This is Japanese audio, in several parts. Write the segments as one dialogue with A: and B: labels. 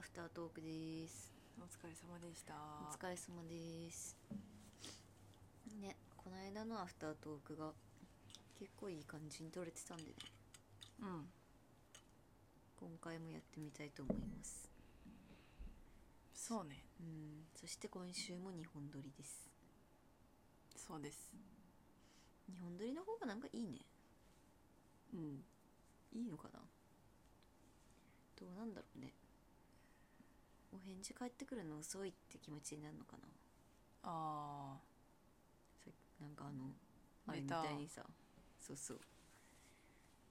A: フタートークです
B: お疲れ様でした
A: お疲れ様ですねこの間のアフタートークが結構いい感じに撮れてたんでね
B: うん
A: 今回もやってみたいと思います
B: そうね
A: うんそして今週も2本撮りです
B: そうです
A: 2本撮りの方がなんかいいね
B: うん
A: いいのかなどうなんだろうねお返事返ってくるの遅いって気持ちになるのかな
B: あ
A: そなんかあのあれ
B: レ
A: み
B: ター
A: たいにさそうそう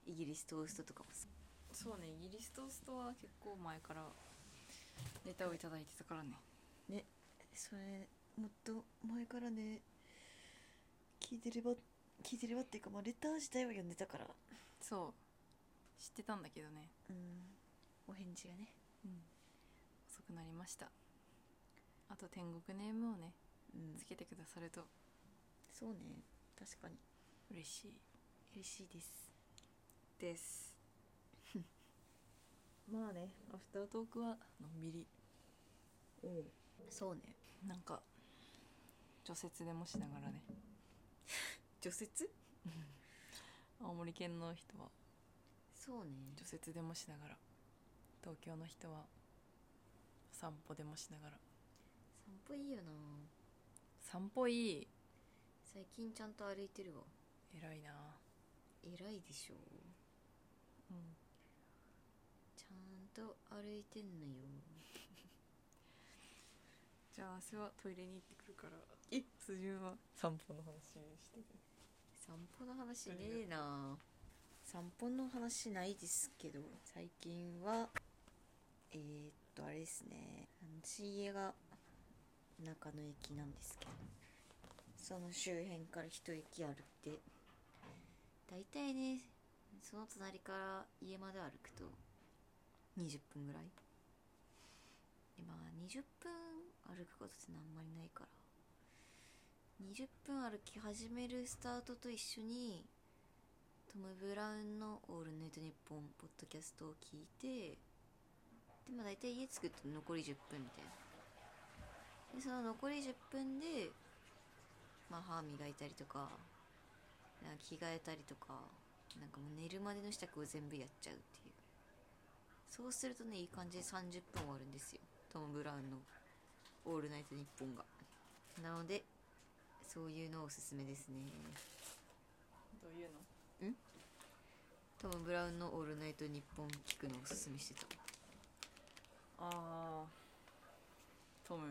A: イギリストーストとかもさ
B: あそうねイギリストーストは結構前からネタをいただいてたからね
A: それもっと前からね聞いてれば聞いてればっていうか、まあ、レター自体は読んでたから
B: そう知ってたんだけどね
A: うんお返事がね
B: うん遅くなりましたあと天国ネームをね
A: うん
B: つけてくださると
A: そうね確かに
B: 嬉しい
A: 嬉しいです
B: ですまあねアフタートークはのんびり
A: うんそうね
B: なんか除雪でもしながらね
A: 除雪
B: 青森県の人は
A: そうね
B: 除雪でもしながら東京の人は散歩でもしながら
A: 散歩いいよな
B: 散歩いい
A: 最近ちゃんと歩いてるわ
B: 偉いな
A: 偉いでしょ
B: うん
A: ちゃんと歩いてんのよ
B: じゃあ明日はトイレに行ってくるからえスジュンは散歩の話してく
A: 散歩の話ねえな散歩の話ないですけど最近はえー、っとあれですね私家が中野駅なんですけどその周辺から一駅歩いて大体ねその隣から家まで歩くと20分ぐらいでまあ20分歩くことってあんまりないから20分歩き始めるスタートと一緒にトム・ブラウンの「オールナイトニッポン」ポッドキャストを聞いてでまあ大体家着くと残り10分みたいなでその残り10分でまあ歯磨いたりとかなんか着替えたりとかなんかもう寝るまでの支度を全部やっちゃうっていうそうするとねいい感じで30分終わるんですよトム・ブラウンの「オールナイトニッポン」がなのでそういうのおすすめですね
B: どういうの
A: トム・ブラウンの「オールナイトニッポン」聞くのおすすめしてた
B: ああトム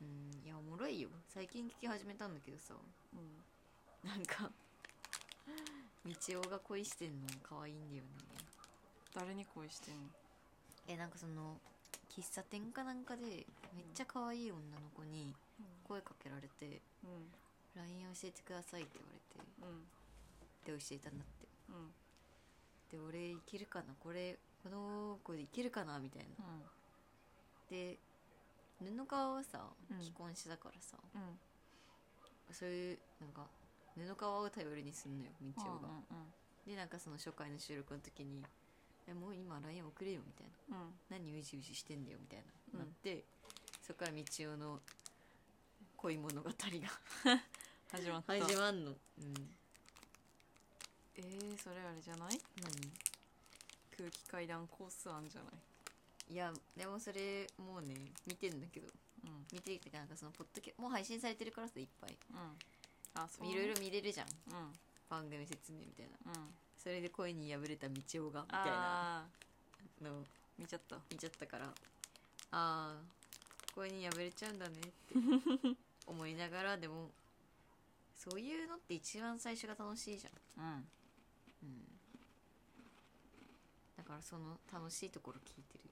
A: うんいやおもろいよ最近聞き始めたんだけどさ
B: うん
A: なんかみちおが恋してんの可愛いんだよね
B: 誰に恋してんの
A: えなんかその喫茶店かなんかでめっちゃ可愛い女の子に声かけられて
B: うん
A: 「LINE 教えてください」って言われて
B: うん
A: で教えたんだって
B: うん
A: で俺いけるかなこれこの子でいけるかなみたいな
B: うん
A: で布川はさ
B: うん
A: 既婚者だからさ、
B: うん
A: そういうなんか布川を頼りにすんのよみちおが、
B: うん
A: でなんかその初回の収録の時に「えもう今 LINE 送れよ」みたいな
B: うん
A: 「何うじうじしてんだよ」みたいな、
B: うん
A: なってそっからみちおの恋物語が
B: 始まった
A: 始まんのうん
B: えー、それあれじゃない
A: 何
B: 空気階段コース案じゃない
A: いやでもそれもうね見てんだけど
B: うん
A: 見てるってなんかそのポッドキャもう配信されてるからさいっぱい
B: うんあそう
A: いろいろ見れるじゃん
B: うんうん
A: 番組説明みたいなそれで恋に敗れたみちおがみたいな
B: ああ
A: のを
B: 見ちゃった
A: 見ちゃったからああ恋に破れちゃうんだねって 思いながらでもそういうのって一番最初が楽しいじゃん、
B: うん
A: うん、だからその楽しいところ聞いてる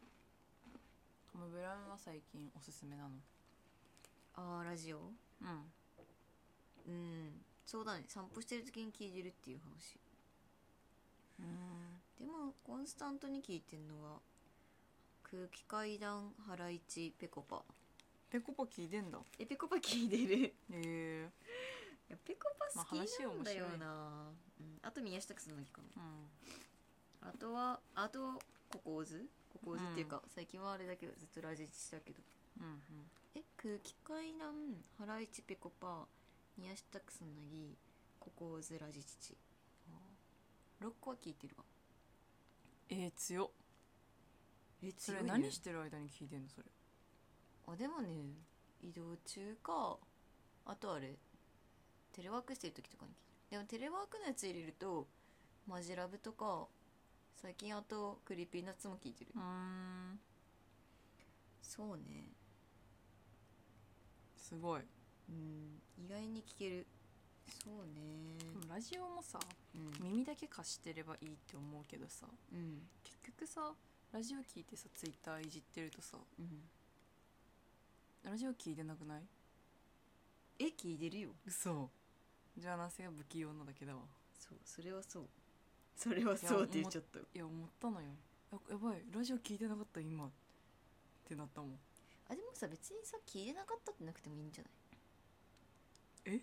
B: トム・ブラウンは最近おすすめなの
A: ああラジオ
B: うん
A: うんそうだね散歩してる時に聞いてるっていう話
B: うん
A: でもコンスタントに聞いてるのは空気階段ハライチペコパ
B: ペコパ聞いてんだ
A: えペコパ聞いてる
B: へえ
A: いやペコパ好
B: まあ
A: き
B: 話
A: なん
B: 面
A: だ
B: 白い
A: よな、うん、あと宮下草薙かな
B: うん
A: あとはあとココーズココーズっていうか、最近はあれだけどずっとラジチだけど
B: うん
A: え空気階段ハライチペコパ宮下草薙ココーズラジチチ6個は聞いてるわ
B: うん、えー、強っ
A: え
B: そ
A: 強い
B: れ
A: ね
B: 何してる間に聞いてんのそれ
A: あでもね移動中かあとあれテレワークしてる時とかに聞いてるでもテレワークのやつ入れるとマジラブとか最近あとクリーピーナッツも聞いてる、
B: うん
A: そうね
B: すごい
A: うん意外に聞けるそうね
B: ラジオもさ
A: うん
B: 耳だけ貸してればいいって思うけどさ
A: うん
B: 結局さラジオ聞いてさツイッターいじってるとさ
A: うん
B: ラジオ聞いてなくない
A: え聞いてるよ
B: 嘘じゃあなせが不器用なだけだわ
A: そうそれはそうそれはそうって言っちゃった
B: いや思ったのよややばいラジオ聞いてなかった今ってなったもん
A: あでもさ別にさ聞いてなかったってなくてもいいんじゃない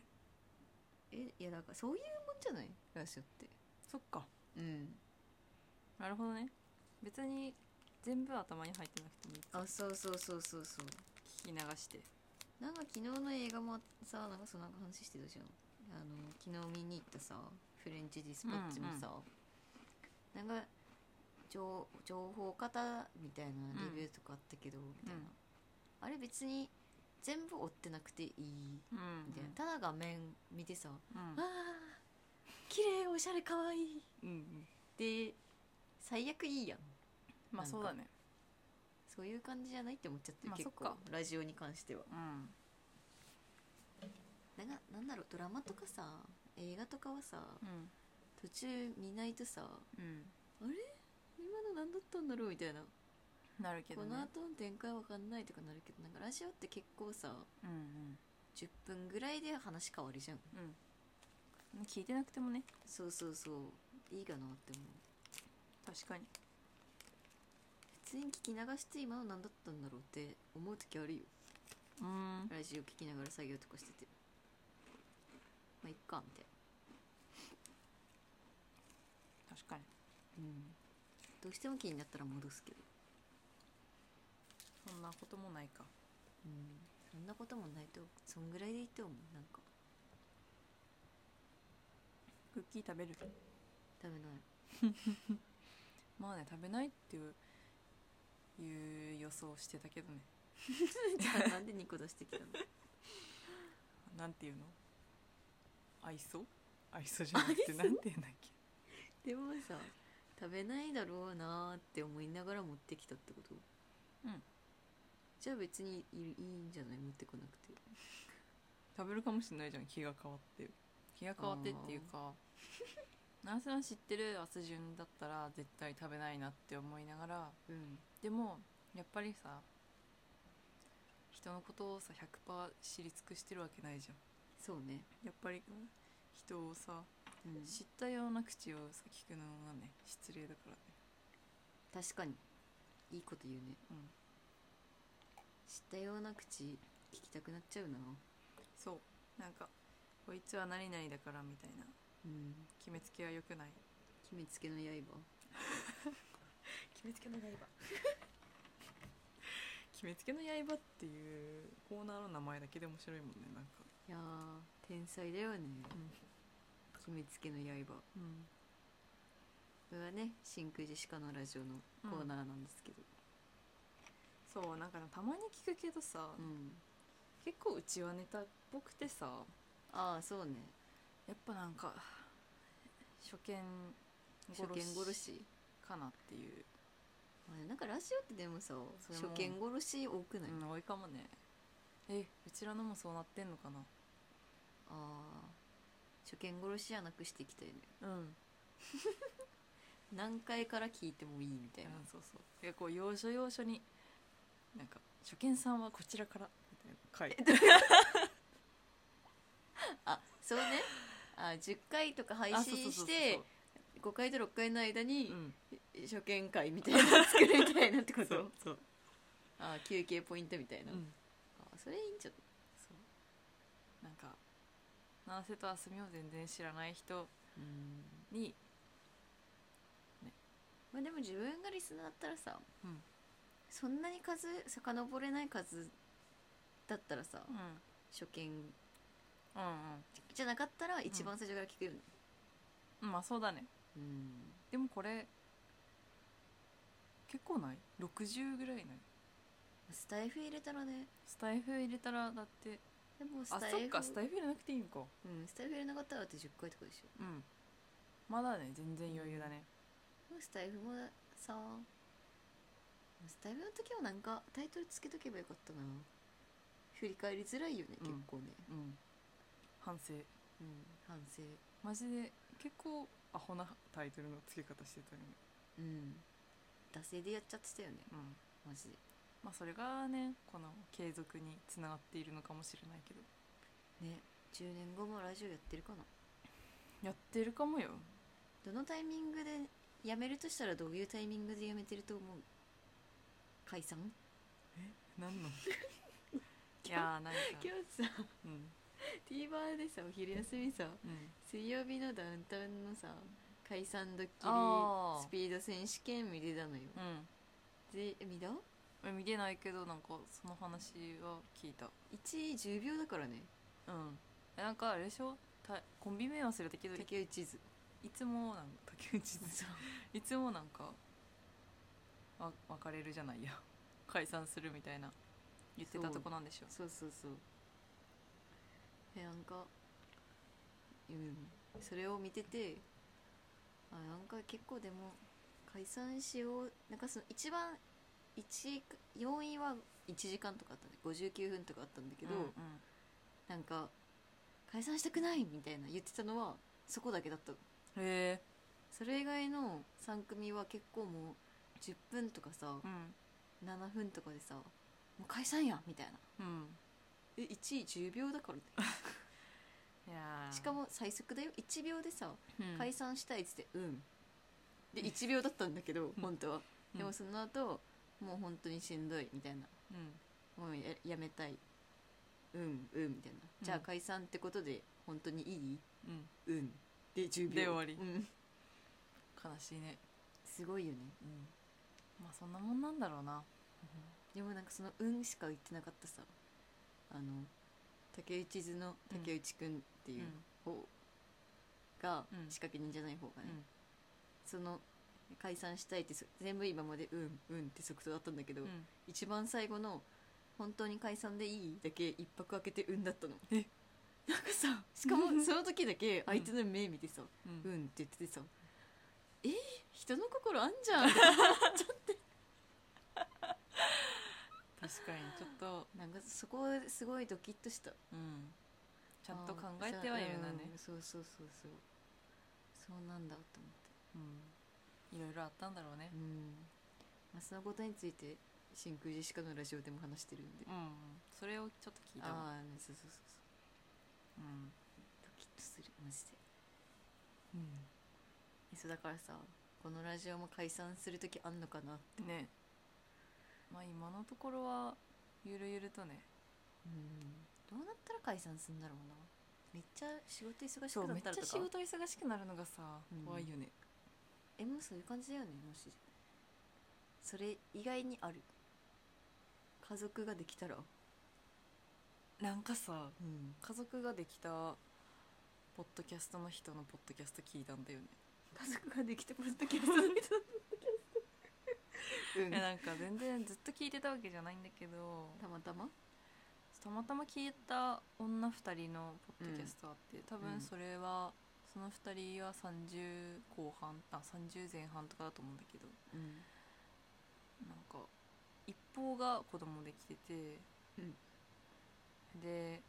B: え
A: えいやだからそういうもんじゃないラジオって
B: そっか
A: うん
B: なるほどね別に全部頭に入ってなくてもいい
A: あそうそうそうそうそう
B: 聞き流して
A: なんか昨日の映画もさなんかそうなんか話してたじゃんあの昨日見に行ったさフレンチ・ディスパッチもさ、なんか情情報型みたいなレビューとかあったけど、みたいな、
B: うん
A: あれ別に全部追ってなくていい
B: うん
A: みたいな、ただ画面見てさ、
B: うん
A: ああ綺麗おしゃれかわいい
B: うんうん
A: で最悪いいやん
B: まあそうだね
A: そういう感じじゃないって思っちゃってる、
B: まあ
A: 結
B: そ
A: 構
B: っ
A: ラジオに関しては
B: うん
A: なんかなんだろうドラマとかさ映画とかはさ
B: うん
A: 途中見ないとさ
B: うん
A: 今の何だったんだろうみたいな、
B: なるけ
A: こ
B: ど
A: の
B: ね
A: 後の展開わかんないとかなるけどなんかラジオって結構さ
B: うんうん
A: 10分ぐらいで話変わるじゃん
B: うん聞いてなくてもね
A: そうそうそういいかなって思う
B: 確かに
A: 普通に聞き流して今の何だったんだろうって思う時あるよ
B: うん
A: ラジオ聞きながら作業とかしててまあいっかみたい
B: 確かに
A: なうんどうしても気になったら戻すけど
B: そんなこともないか
A: うんそんなこともないとそんぐらいでいいと思うなんか
B: クッキー食べる
A: 食べない
B: まあね食べないっていういう予想してたけどね
A: じ ゃあなんで2個出してきたの
B: なんていうの愛想愛想じゃなくてなんていうんだっけ
A: でもさ食べないだろうなーって思いながら持ってきたってこと
B: うん
A: じゃあ別にいいいんじゃない持ってこなくて
B: 食べるかもしれないじゃん気が変わって気が変わってっていうか ナースは知ってる明日順だったら絶対食べないなって思いながら
A: うん
B: でもやっぱりさ人のことをさ100%知り尽くしてるわけないじゃん
A: そうね
B: やっぱり人をさ
A: うん
B: 知ったような口をさ聞くのがね失礼だからね
A: 確かにいいこと言うね
B: うん
A: 知ったような口聞きたくなっちゃうな
B: そうなんかこいつは何々だからみたいな
A: うん
B: 決めつけは良くない
A: 決めつけの刃
B: 決めつ けの刃決めつけの刃っていうコーナーの名前だけで面白いもんねなんか
A: いやー天才だよね、
B: ん
A: 決めつけの刃
B: うん
A: これはね真空ジェシカのラジオのコーナーなんですけど
B: そうなんかねたまに聞くけどさ、
A: うん
B: 結構うちはネタっぽくてさ
A: ああそうね
B: やっぱなんか初見
A: 初見殺し
B: かなっていう、
A: あれなんかラジオってでもさ
B: それ
A: 初
B: も
A: 見殺し多くない、
B: うん、多いかもねえうちらのもそうなってんのかな
A: ああ初見殺しじゃなくしていきたいね
B: うん
A: 何回から聞いてもいいみたいな、
B: うんそうそういやこう要所要所になんか初見さんはこちらからみたいな回
A: あそうねあ10回とか配
B: あそうそう
A: 信
B: そうそう
A: して5回と6回の間に
B: うん
A: 初見会みたいなの作るみたいなってこ
B: そう
A: と
B: そう
A: あ休憩ポイントみたいな、
B: うん
A: あそれいいんじゃ
B: そうなんか七瀬とあすみを全然知らない人
A: ない
B: に
A: まあ、でも自分がリスナーだったらさ、
B: うん
A: そんなに数遡れない数だったらさ、
B: うん
A: 初見
B: うん
A: じゃなかったら一番最初から聞くよね
B: うんまあそうだね
A: うん、
B: でもこれ結構ない ?60 ぐらいない
A: スタイフ入れたらね
B: スタイフ入れたらだって
A: でもス
B: あ
A: タイフ
B: そっかスタイフ入れなくていいのか
A: うん、スタイフ入れなかったらだって10回とかでしょ
B: うんまだね全然余裕だね
A: でもスタイフもさスタイフの時はなんかタイトルつけとけばよかったな振り返りづらいよね、
B: うん
A: 結構ね
B: うん反省
A: うん反省
B: マジで結構アホなタイトルの付け方してたよね
A: うん惰性でやっちゃってたよね
B: うん
A: マジで
B: まあそれがねこの継続につながっているのかもしれないけど
A: ね10年後もラジオやってるかな
B: やってるかもよ
A: どのタイミングでやめるとしたらどういうタイミングでやめてると思う解散
B: 何のいやーなんか
A: 今日さ
B: うん
A: TVer でさお昼休みさ
B: うん
A: 水曜日のダウンタウンのさ解散ドッ
B: あー
A: キリスピード選手権見てたのよ
B: うん
A: で見た
B: え見てないけどなんかその話は聞いた
A: ?1 位10秒だからね
B: うんえなんかあれでしょたコンビ名忘れたけどい
A: 竹内図
B: いつもなんか竹内さ
A: そうん
B: いつもなんかわ別れるじゃないや解散するみたいな言ってたとこなんでしょ
A: そうそうそうえなんかうんそれを見ててあなんか結構でも解散しようなんかその一番一4位は1時間とかあったんで59分とかあったんだけど、
B: うんうん
A: なんか解散したくないみたいな言ってたのはそこだけだったの
B: へえ
A: それ以外の3組は結構もう10分とかさ
B: うん
A: 7分とかでさもう解散やみたいな
B: うん
A: え1位10秒だからね
B: いやー
A: しか、も最速だよ1秒でさ
B: うん
A: 解散したいっつってうんで1秒だったんだけど
B: うん
A: 本当は
B: うん
A: でもその後もう本当にしんどいみたいな
B: うん
A: もうややめたいうんうんみたいなじゃあ
B: うん
A: 解散ってことで本当にいい
B: うん
A: うんで10秒
B: で終わり
A: うん
B: 悲しいね
A: すごいよね
B: うんまあそんなもんなんだろうな
A: でもなんかその「うん」しか言ってなかったさあの竹内図の竹内くんって
B: うん
A: いう方が
B: うん
A: 仕掛け人じゃない方が
B: う
A: ね、
B: ん
A: その解散したいってそ全部今まで「うんうん」って即答だったんだけど、
B: うん
A: 一番最後の「本当に解散でいい?」だけ一泊開けて「うん」だったの
B: え
A: なんかさし かもその時だけ相手の目見てさ「
B: う
A: うんん」って言っててさ「えー人の心あんじ ゃん」
B: 確かにちょっと、
A: なんかそこすごいドキッとした
B: うん、ちゃんと考えてはいるんだね
A: うん、そうそうそうそうそうなんだと思って
B: うんいろいろあったんだろうね
A: うん、まあ、そのことについて真空ジェシカのラジオでも話してるんで
B: うん、それをちょっと聞いたわ
A: ああーそうそうそうそう
B: うん
A: ドキッとするマジで
B: う
A: えそうだからさこのラジオも解散する時あんのかな、
B: ん、ねまあ今のところはゆるゆるとね
A: うん、どうなったら解散するんだろうなめっちゃ仕事忙し
B: そ
A: く
B: う
A: な
B: め
A: っ
B: っち
A: た
B: ゃ
A: らとか
B: 仕事忙しくなるのがさ、
A: うん
B: 怖いよね
A: えもうそういう感じだよねもしそれ以外にある家族ができたら
B: なんかさ
A: うん
B: 家族ができたポッドキャストの人のポッドキャスト聞いたんだよね、
A: 家族ができてポッドキャストみたい
B: いや
A: な、
B: なんか全然ずっと聞いてたわけじゃないんだけど
A: たまたま
B: たまたま聞いた女2人のポッドキャストあって、多
A: うん
B: 分それは、その2人は30後半あ30前半とかだと思うんだけど
A: うん
B: なんか一方が子供できてて、で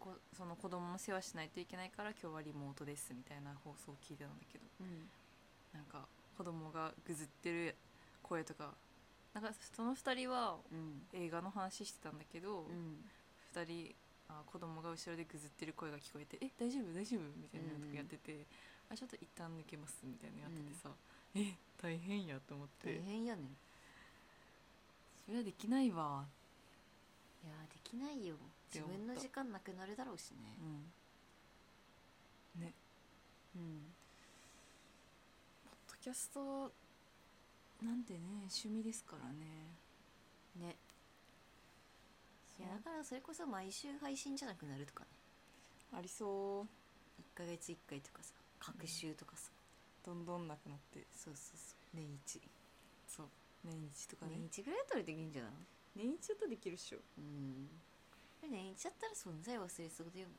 B: こその子供の世話しないといけないから今日はリモートですみたいな放送を聞いてたんだけど
A: うん
B: なんか子供がぐずってる声とかなんかその2人は
A: うん
B: 映画の話してたんだけど、
A: うん
B: 2人あ子供が後ろでぐずってる声が聞こえて「え大丈夫大丈夫?」みたいなのとかやってて「あちょっと一旦抜けます」みたいなのやっててさ、え大変やと思って、
A: 大変やね
B: それはできないわ
A: いやーできないよ
B: て
A: 自
B: 思った
A: 分の時間なくなるだろうしね
B: うんね
A: うん
B: ポッドキキャストなんてね趣味ですからね
A: ねいやだからそれこそ毎週配信じゃなくなるとかね
B: ありそう
A: 1ヶ月1回とかさ各週とかさ、
B: どんどんなくなって
A: そうそうそう年一
B: そう年一とかね
A: 年一ぐらいだったらできるんじゃない
B: 年一だとできるっしょ
A: うんこれ年一だったら存在忘れそうだよね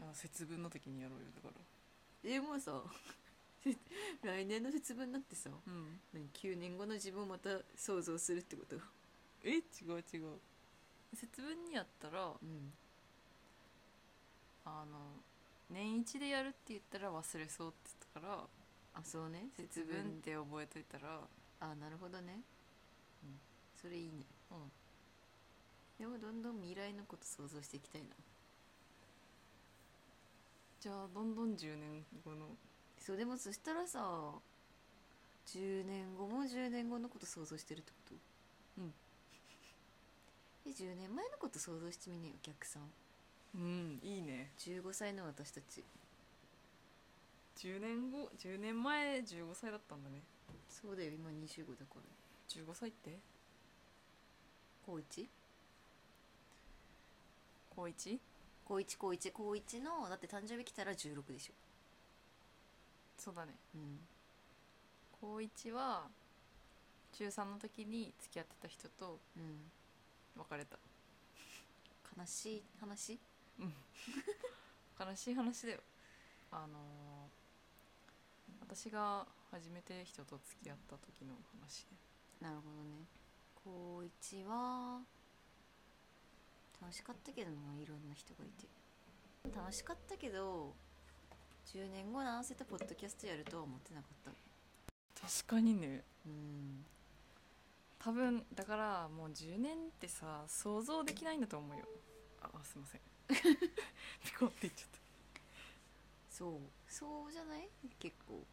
B: あ節分の時にやろうよだから
A: でもうさ 来年の節分になってさ
B: うん
A: 何9年後の自分をまた想像するってこと
B: え違う違う節分にやったら
A: うん
B: あの年一でやるって言ったら忘れそうって言ったから
A: あそうね
B: 節
A: 節
B: 分っ
A: 分
B: て覚えといたら
A: あなるほどねうんそれいいね
B: うん
A: でもどんどん未来のこと想像していきたいな
B: じゃあどんどん10年後の
A: そうでもそしたらさ10年後も10年後のこと想像してるってこと
B: うん
A: で10年前のこと想像してみねよお客さん
B: うんいいね
A: 15歳の私たち
B: 10年後10年前15歳だったんだね
A: そうだよ今25だから
B: 15歳って
A: 高 1?
B: 高 1?
A: 高1高1高1のだって誕生日来たら16でしょ
B: そうだね
A: うん
B: 高1は中3の時に付き合ってた人と
A: うん
B: 別れた
A: 悲しい話
B: 悲しい話だよあのー私が初めて人と付き合った時の話ね
A: なるほどね高1は楽しかったけどないろんな人がいて楽しかったけど10年後に合わせたポッドキャストやるとは思ってなかった
B: 確かにね
A: うん
B: 多分だからもう10年ってさ想像できないんだと思うよああすいま せんピコって言っちゃっ
A: そうそうじゃない結構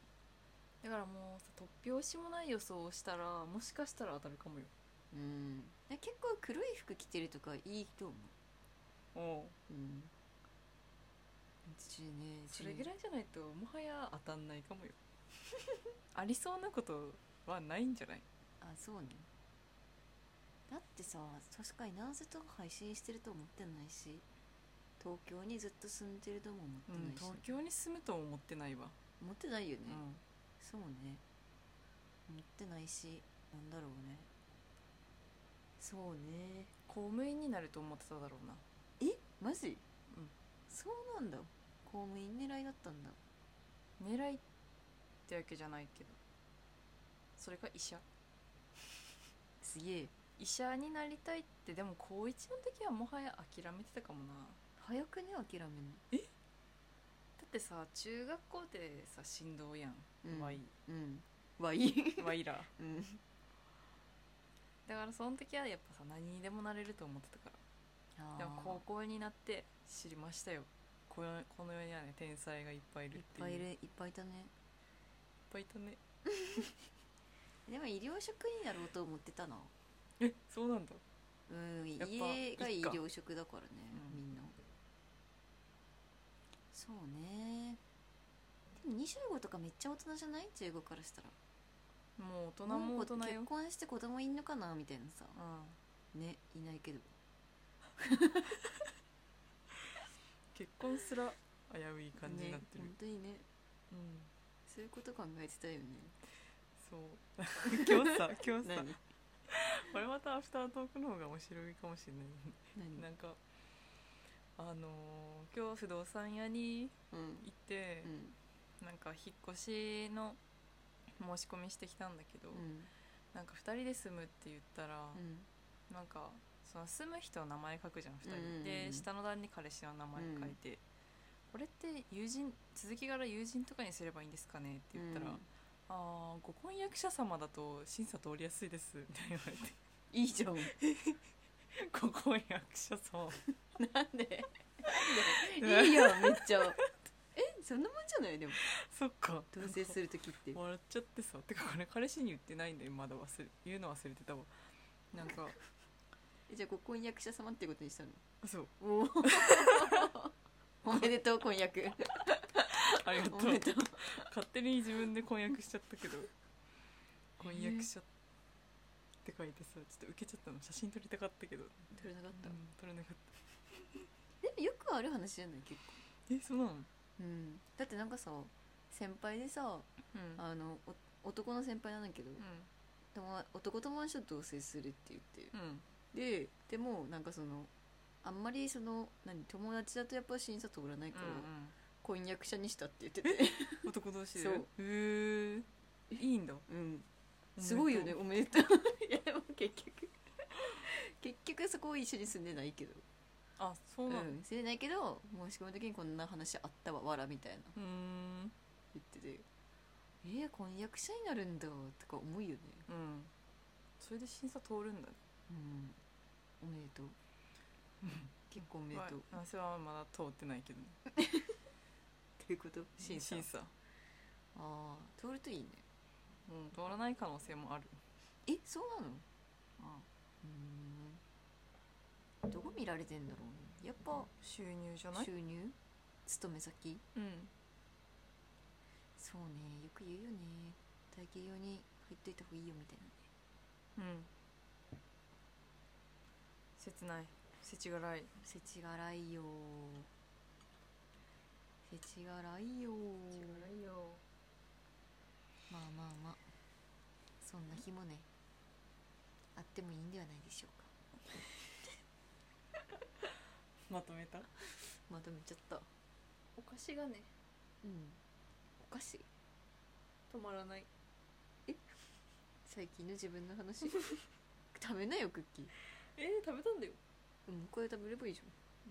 B: ただからもうさ突拍子もない予想をしたらもしかしたら当たるかもよ
A: うんで結構黒い服着てるとかいいと思
B: お
A: ううん10年
B: それぐら
A: い
B: いじゃないともはや当たんないかもよ ありそうなことはないんじゃない
A: あそうねだってさ確かにナーズとか配信してると思ってないし東京にずっと住んでるとも思ってないし、
B: 東京に住むと思ってないわ、
A: 思ってないよね、
B: うん
A: そうね思ってないしなんだろうねそうね
B: 公務員になると思ってただろうな
A: えマジ
B: うん
A: そうなんだ公務員狙いだったんだ
B: 狙いってわけじゃないけどそれか医者
A: すげえ
B: 医者になりたいってでも高一の時はもはや諦めてたかもな
A: 早くね諦めんの
B: だってさ中学校でさ振動やん、
A: うん
B: わい
A: うんわい
B: わいら
A: うん
B: だからその時はやっぱさ何にでもなれると思ってたか
A: あ
B: ら
A: ー
B: でも高校になって知りましたよこのこの世にはね天才がいっぱいいるっ
A: いって
B: いう
A: ぱいいる
B: いっ
A: いっぱいいたね
B: ぱいいたね
A: でも医療職になろうと思ってたな
B: えそうなんだ
A: うん
B: やっぱ
A: 家が
B: い
A: 医
B: いか
A: 療職だからね、
B: うん
A: みんなそうねでも25とかめっちゃ大人じゃない15からしたら
B: もう大人も大人
A: 結
B: よ、
A: 婚して子供いんのかなみたいなさ
B: うん、
A: ねいないけど
B: 結婚すら危うい感じになってる、
A: ね、本当にね
B: うん
A: そういうこと考えてたよね
B: そう 今日さ今日 さ
A: 何
B: これまたアフタートークの方が面白いかもしれない
A: 何
B: なんかあのー今日不動産屋に
A: うん
B: 行って
A: う、ん
B: なんか引っ越しの申し込みしてきたんだけど、
A: うん
B: なんか2人で住むって言ったら、
A: うん
B: なんかその住む人の名前書くじゃん2人、
A: うんうんうん
B: で下の段に彼氏の名前書いて、これって友人続きから友人とかにすればいいんですかねって言ったら、
A: うん
B: あーご婚約者様だと審査通りやすいですみたいな言われて
A: いいじ ゃん
B: 「ご婚約者様
A: なんでなんで いいやんめっちゃえそんなもんじゃないでも
B: そっか
A: 同棲する 時って
B: 笑っちゃってさてかこれ彼氏に言ってないんだよまだ忘れ言うの忘れてたわなんか
A: えじゃあご婚約者様ってことにしたの
B: そう
A: おおおめでとう婚約
C: あ りが
A: お
C: とう
A: めでとう
C: 勝手に自分で婚約しちゃったけど婚約者って書いてさちょっと受けちゃったの写真撮りたかったけど、
A: 取れなかった、
C: うん撮れなかった
A: でもよくある話じゃない結
C: えそうなの
A: 構、うん、だってなんかさ先輩でさ
C: うん
A: あのお男の先輩なんだけど、
C: う
A: 友男友達と同棲するって言って
C: んうん
A: ででもなんかそのあんまりその何友達だとやっぱ審査通らないから、婚約者にしたって言っ てて
C: うん男同士で
A: そう
C: へーいいんだ
A: うんすごいよねおめでとう いやでも結局結局そこを一緒に住んでないけど
C: あそう
A: う
C: なの
A: ん住んでないけど申し込む時にこんな話あったわわらみたいな
C: うーん
A: 言っててえー、婚約者になるんだとか思うよね
C: うんそれで審査通るんだね
A: うんおめでとう 結婚おめで
C: まあ
A: とう、
C: 私はまだ通ってないけどね
A: ということ審査
C: 審査
A: ああ通るといいね
C: うん通らない可能性もある
A: えそうなの
C: あ
A: うーんどこ見られてんだろうねやっぱ
C: 収入じゃない
A: 収入勤め先
C: うん
A: そうねよく言うよね体型用に入っといた方がいいよみたいなね
C: うん切ない世知辛い
A: 世知辛いよ世知辛いよ
C: いよ
A: まあまあまあそんな日もねあってもいいんではないでしょうか
C: まとめた
A: まとめちゃった
B: お菓子がね
A: うんおかしい
B: 止まらない
A: 最近の自分の 話食べなよクッキー
B: えー、食べたんだよ
A: うんこれ食べればいいじ
B: も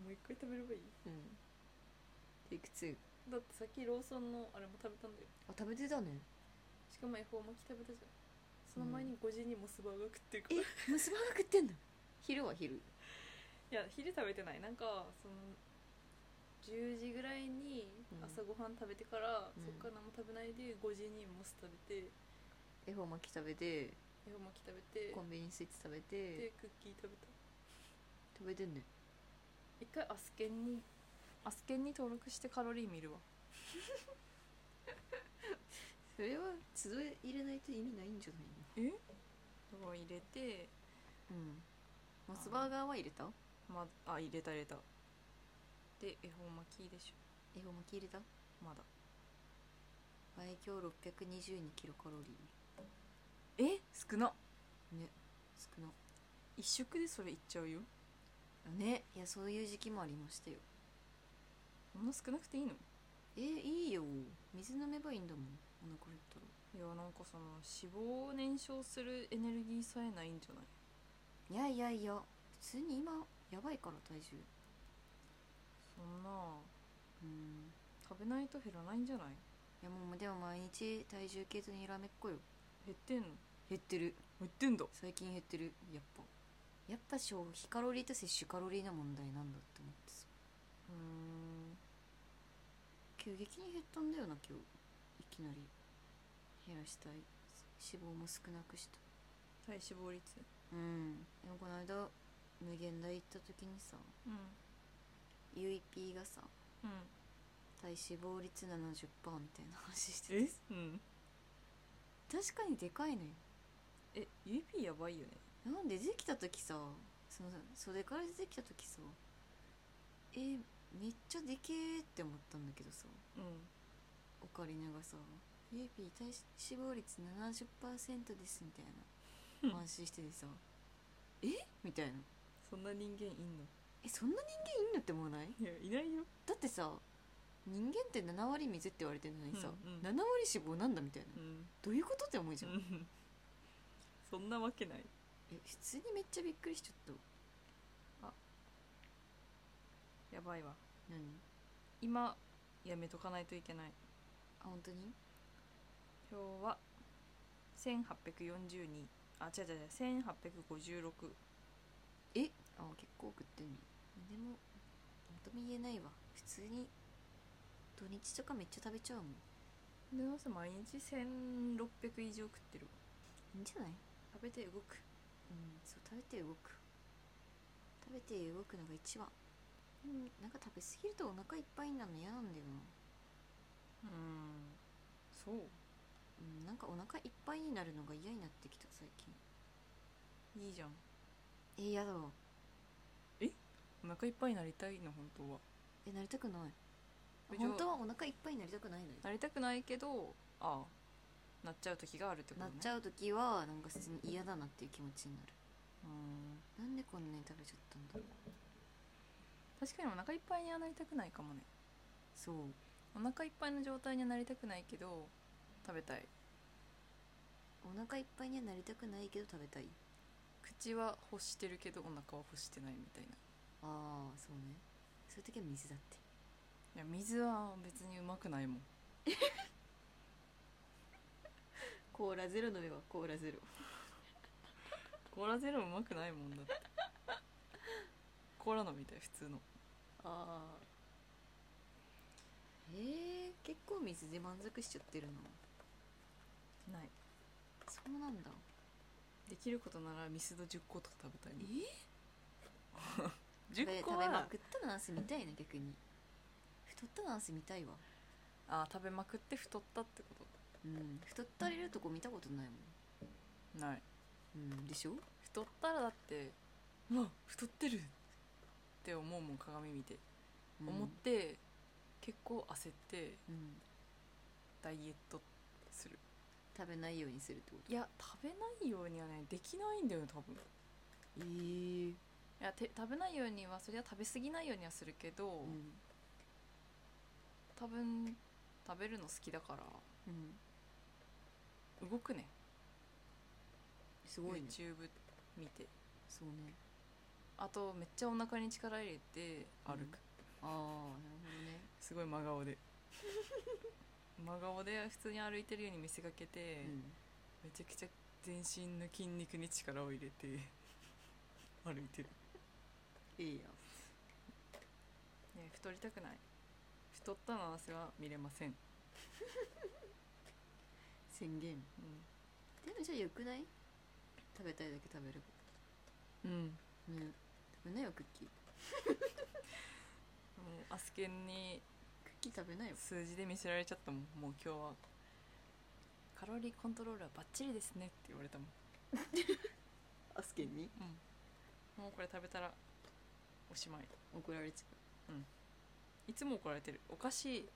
B: う一回食べればいい
A: ゃんうんテイク2
B: だってさっきローソンのあれも食べたんだよ
A: あ食べてたね
B: しかも恵方巻き食べたじゃんその前に5時にモスバーガー食ってるから、
A: え
B: い
A: ムスバーガー食ってんの昼は昼
B: や昼食べてないなんかその10時ぐらいに
A: うん
B: 朝ごはん食べてから、
A: うん
B: そっから何も食べないで5時にモス食べて
A: 恵方巻き食べて
B: 恵方巻き食べて
A: コンビニスイーツ食べて
B: でクッキー食べた
A: 食べてんね
B: 一回アスケンにアスケンに登録してカロリー見るわ
A: それは集え入れないと意味ないんじゃない
B: を入れて
A: のうんモスバーガーは入れた
B: まあ入れた入れたで恵方巻きでし
A: 恵方巻き入れた
B: ょまだ
A: 前今日622キロカロリ
B: え少な
A: ーね少な
B: 一食でそれいっちゃうよ
A: ねいやそういう時期もありましたよ
B: そんな少なくていいの
A: えいいよ水飲めばいいんだもんお腹減ったら
B: いやなんかその脂肪を燃焼するエネルギーさえないんじゃない
A: いやいやいや普通に今やばいから体重
B: そんな
A: うん
B: 食べないと減らないんじゃない
A: いやもうでも毎日体重計とにらめっこよ
B: 減ってんの
A: 減ってる
B: 減ってんだ
A: 最近減ってるやっぱやっぱ消費カロリーと摂取カロリーの問題なんだって思ってさ
B: うーん
A: 急激に減ったんだよな今日いきなり減らしたい脂肪も少なくした
B: 体脂肪率
A: うんでもこの間無限大行った時にさ
B: うん
A: ゆい p がさ
B: うん
A: 体脂肪率70%みたいな話して
B: え
A: て
B: うん
A: 確かにでかいのよ
B: え UP やばいよね
A: なんで出てきた時さその袖から出てきた時さえめっちゃでけえって思ったんだけどさ
B: う
A: オカリナがさ「ゆうぴー体脂肪率70%です」みたい
B: うん
A: な安心しててさ「えみたいな
B: そんな人間いんの
A: 「えそんな人間いんの?」って思わない
B: いやいないよ
A: だってさ人間って7割水って言われてるのにさ、
B: うんうん
A: 7割脂肪なんだみたいな
B: うん
A: どういうことって思うじゃん、
B: うんそんなわけない
A: え普通にめっちゃびっくりしちゃった
B: やばいわ
A: 何
B: 今やめとかないといけない
A: あ本当に
B: 今日は1842あ違う違う違う1856
A: えあ結構食ってんのでも何とも言えないわ普通に土日とかめっちゃ食べちゃうもんい
B: でどうせ毎日1600以上食ってる
A: いんじゃない
B: 食べて動く
A: うんそう食べて動く食べて動くのが一番うんなんか食べ過ぎるとお腹いっぱいになるの嫌なんだよな
B: ううんそう
A: うん、なんかお腹いっぱいになるのが嫌になってきた最近
B: いいじゃん
A: えー、やだわ
B: お腹いっぱいになりたいの本当は
A: えなりたくない
B: えじゃあ
A: 本当はお腹いっぱいになりたくないのよ
B: なりたくないけどああなっちゃう時があるってこと
A: なっ
B: ね
A: ちゃう時はなんか普通に嫌だなっていう気持ちになる
B: うん
A: なんでこんなに食べちゃったんだろう
B: 確かにお腹いっぱいにはなりたくないかもね
A: そう
B: お腹いっぱいの状態にはなりたくないけど食べたい
A: お腹いっぱいにはなりたくないけど食べたい
B: 口は欲してるけどお腹は欲してないみたいな
A: ああそうねそういう時は水だって
B: いや水は別にうまくないもん
A: コーラゼロ飲めばコーラゼロ
B: コーラゼロうまくないもんだってコーラのみたい普通の
A: ああえー、結構水で満足しちゃってるな
B: ない
A: そうなんだ
B: できることならミスド10個とか食べたいの
A: 食べ
B: 10個
A: 食べま
B: は
A: くったナースみたいな逆に太ったナースみたいわ
B: あ食べまくって太ったってこ
A: うん太ったれるとこ見たことないも
B: とない
A: んうんでしょ
B: 太ったらだってうわ太ってるって思うもん鏡見て、
A: うん
B: 思って結構焦って
A: うん
B: ダイエットする
A: 食べないようにするってこと
B: いや食べないようにはねできないんだよね多分
A: えー、
B: いやて食べないようにはそれは食べ過ぎないようにはするけど、
A: うん
B: 多分食べるの好きだから
A: うん
B: 動くね
A: すごいね
B: YouTube 見て
A: そうね
B: あとめっちゃお腹に力入れて歩く、
A: うんああなるほどね
B: すごい真顔で真顔で普通に歩いてるように見せかけて、
A: うん
B: めちゃくちゃ全身の筋肉に力を入れて 歩いてる
A: いいや
B: ね太りたくない太ったの汗は見れません、
A: 宣言でもじゃあよくない食べたいだけ食べる
B: うん、も
A: ね食べなよクッキー
B: うアスケンに
A: クッキー食べなよ
B: 数字で見せられちゃったもんもう今日はカロリーコントロールはバッチリですねって言われたもん、
A: アスケンに
B: もうこれ食べたらおしまい
A: 怒られちゃ
B: いつも怒られてるお菓子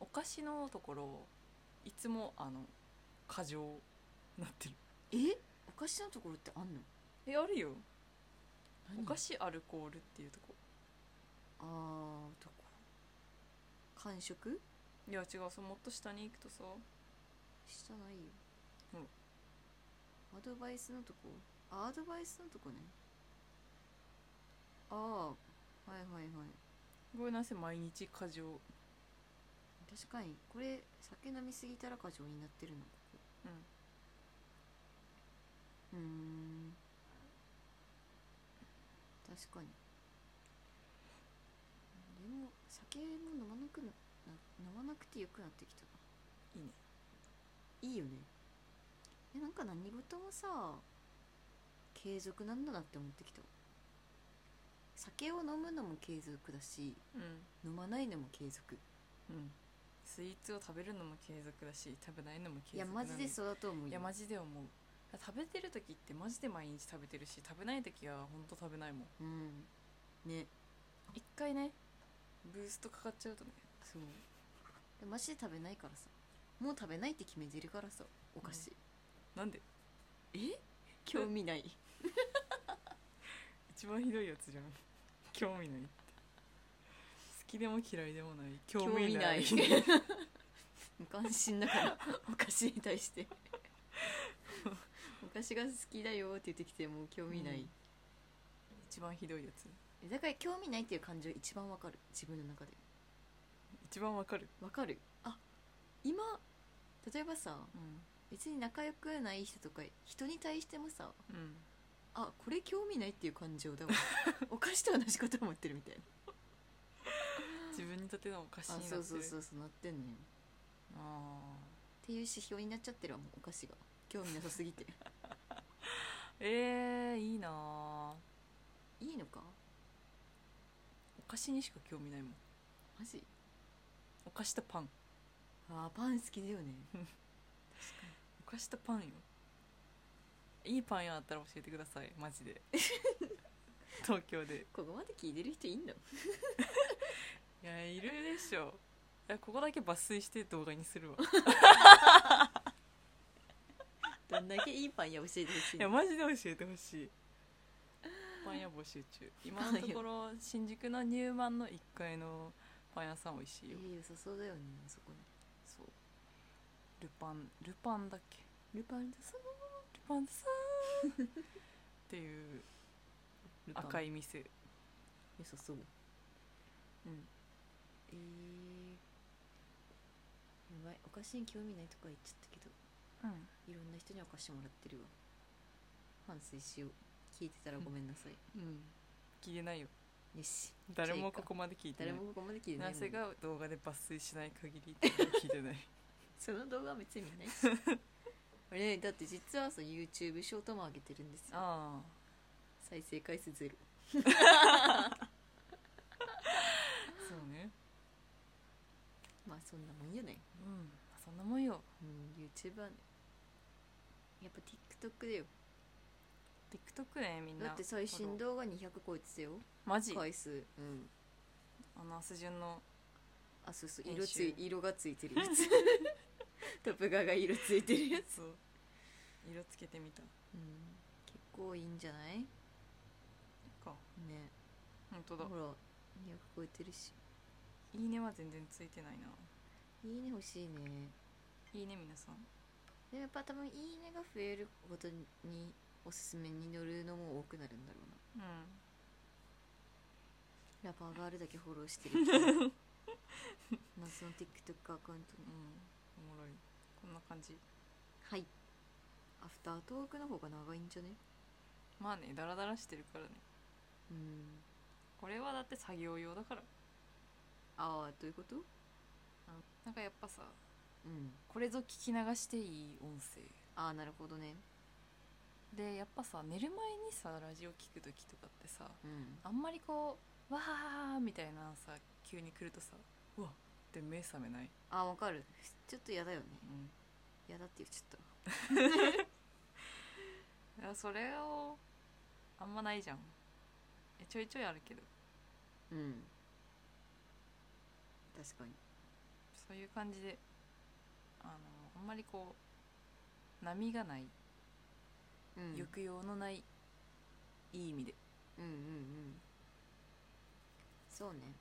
B: お菓子のところいつもあの過剰になってる
A: うえおかしなところってあんの
B: えあるよお菓
A: し
B: 子アルコールっていうとこ
A: あーどこ完食
B: いや違うそうもっと下に行くとさ
A: したないよ
B: ほら
A: アドバイスのとこあアドバイスのとこねああはいはいはい
B: ごめんなさい毎日過剰
A: 確かにこれ酒飲みすぎたら過剰になってるのここうーん確かにでも酒も飲まなくなな飲まなくてよくなってきた
B: いいね
A: いいよねえなんか何事もさ継続なんだなって思ってきた酒を飲むのも継続だし
B: う
A: 飲まないのも継続
B: んうんスイーツを食べるのも継続だし食べないのも継
A: い
B: 続
A: やマジでそうだと思う
B: い
A: よ
B: やマジで思う食べてる時ってマジで毎日食べてるし食べない時は本当食べないも
A: う
B: ん
A: んね
B: 一回ねブーストかかっちゃうとね
A: そうでマジで食べないからさもう食べないって決めてるからさお菓子、
B: なんで
A: え興味ない
B: 一番ひどいやつじゃん興味ないって好きでも嫌いでもない 興味ない
A: 興味な無 関心だからお菓子に対してお菓子が好きだよって言ってきてもう興味ない、
B: うん一番ひどいやつ
A: えだから興味ないっていう感情一番わかる自分の中で
B: 一番わかる
A: わかるあ今例えばさ
B: う
A: 別に仲良くない人とか人に対してもさ
B: んうん
A: あこれ興味ないっていう感情 だわお菓子と同じこと思ってるみたい な
B: 自分にとってのおかしいな
A: あ
B: って
A: そうそう
B: う
A: そうそうなってんのよ
B: あ
A: っていう指標になっちゃってるわもうお菓子が興味なさすぎて
B: ーえー、いいなあ
A: いいのか
B: お菓子にしか興味ないもん
A: マジ
B: お菓子とパン
A: ああーパン好きだよね
B: お菓子とパンよいいパン屋あったら教えてくださいマ ジで東京で
A: ここまで聞いてる人いんの
B: いやいるでしょいやここだけ抜粋して動画にするわ
A: どんだけいいパン屋教えてほ しい
B: いや
A: の
B: マジで教えてほしいパン屋募集中今のところ新宿の入満の1階のパン屋さん美味しい
A: え
B: よ
A: ー良さそうだよねあそこね
B: そうルパンルパンだっけ
A: ルパンだそう
B: ルパンさんっていう
A: ルパン
B: 赤い店
A: 良さそう
B: うん
A: えー、やばいお菓子に興味ないとか言っちゃったけど
B: うん
A: いろんな人にお菓子もらってるわ反省しよう聞いてたらごめんなさい、
B: うん聞いてないよ
A: よし
B: 誰もここまで聞いてな
A: 誰
B: い
A: もここまで聞いてない
B: な
A: もん
B: ぜが動画で抜粋しない限り聞い てない
A: その動画は別に見ないし あれだって実はそう YouTube ショートも上げてるんですよ
B: あ
A: 再生回数ゼロ
B: あそうね
A: まあそんなもんやね
B: うんそんなもんよ
A: うん YouTuber ねやっぱ TikTok だよ
B: TikTok ねみんな
A: だって最新動画200超えてたよ
B: マジ
A: 回数うん
B: あのアスジュン の
A: あそうそう色
B: 編
A: つい
B: 集
A: 色がついてるやつトップガーが色ついてるや つ、
B: そう色つけてみた
A: うん、結構いいんじゃないね
B: か本当
A: ほ
B: だ
A: ら200超えてるし
B: いいねは全然ついてないない
A: いね欲しいね
B: いいね皆さん
A: でもやっぱ多分いいねが増えることにおすすめに乗るのも多くなるんだろうな
B: うん
A: ラバーガールだけフォローしてる人謎 の TikTok アカウントね
B: うんおもろいこんな感じ
A: はいアフタートークの方が長いんじゃね
B: まあねダラダラしてるからね
A: うん
B: これはだって作業用だから
A: ああどういうこと
B: なんかやっぱさ
A: うん
B: これぞ聞き流していい音声
A: ああなるほどね
B: でやっぱさ寝る前にさラジオ聞く時とかってさ
A: うん
B: あんまりこう「わー」みたいなさ急に来るとさ「うわっ」て目覚めない、
A: あーわかるちょっと嫌だよね
B: うん、
A: 嫌だって言っちゃっ
B: いやそれをあんまないじゃんえちょいちょいあるけど
A: たうん確かに
B: そういう感じであのあんまりこう波がない
A: うん
B: 抑揚のない、いい意味で
A: うんうんうんそうね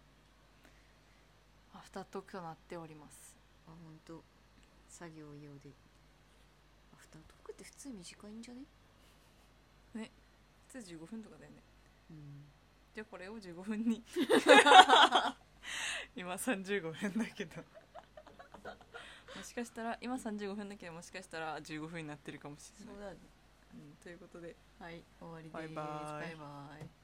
B: アフタートークとなっております
A: あ本当作業用でアフタートークって普通短いんじゃね
B: 普通15分とかだよね
A: うん
B: じゃあこれを15分 に今35分だけどもしかしたら今35分だけどもしかしたら15分になってるかもしれない、
A: だね
B: うんということで
A: はい終わりです
B: バイバイ
A: バイバイ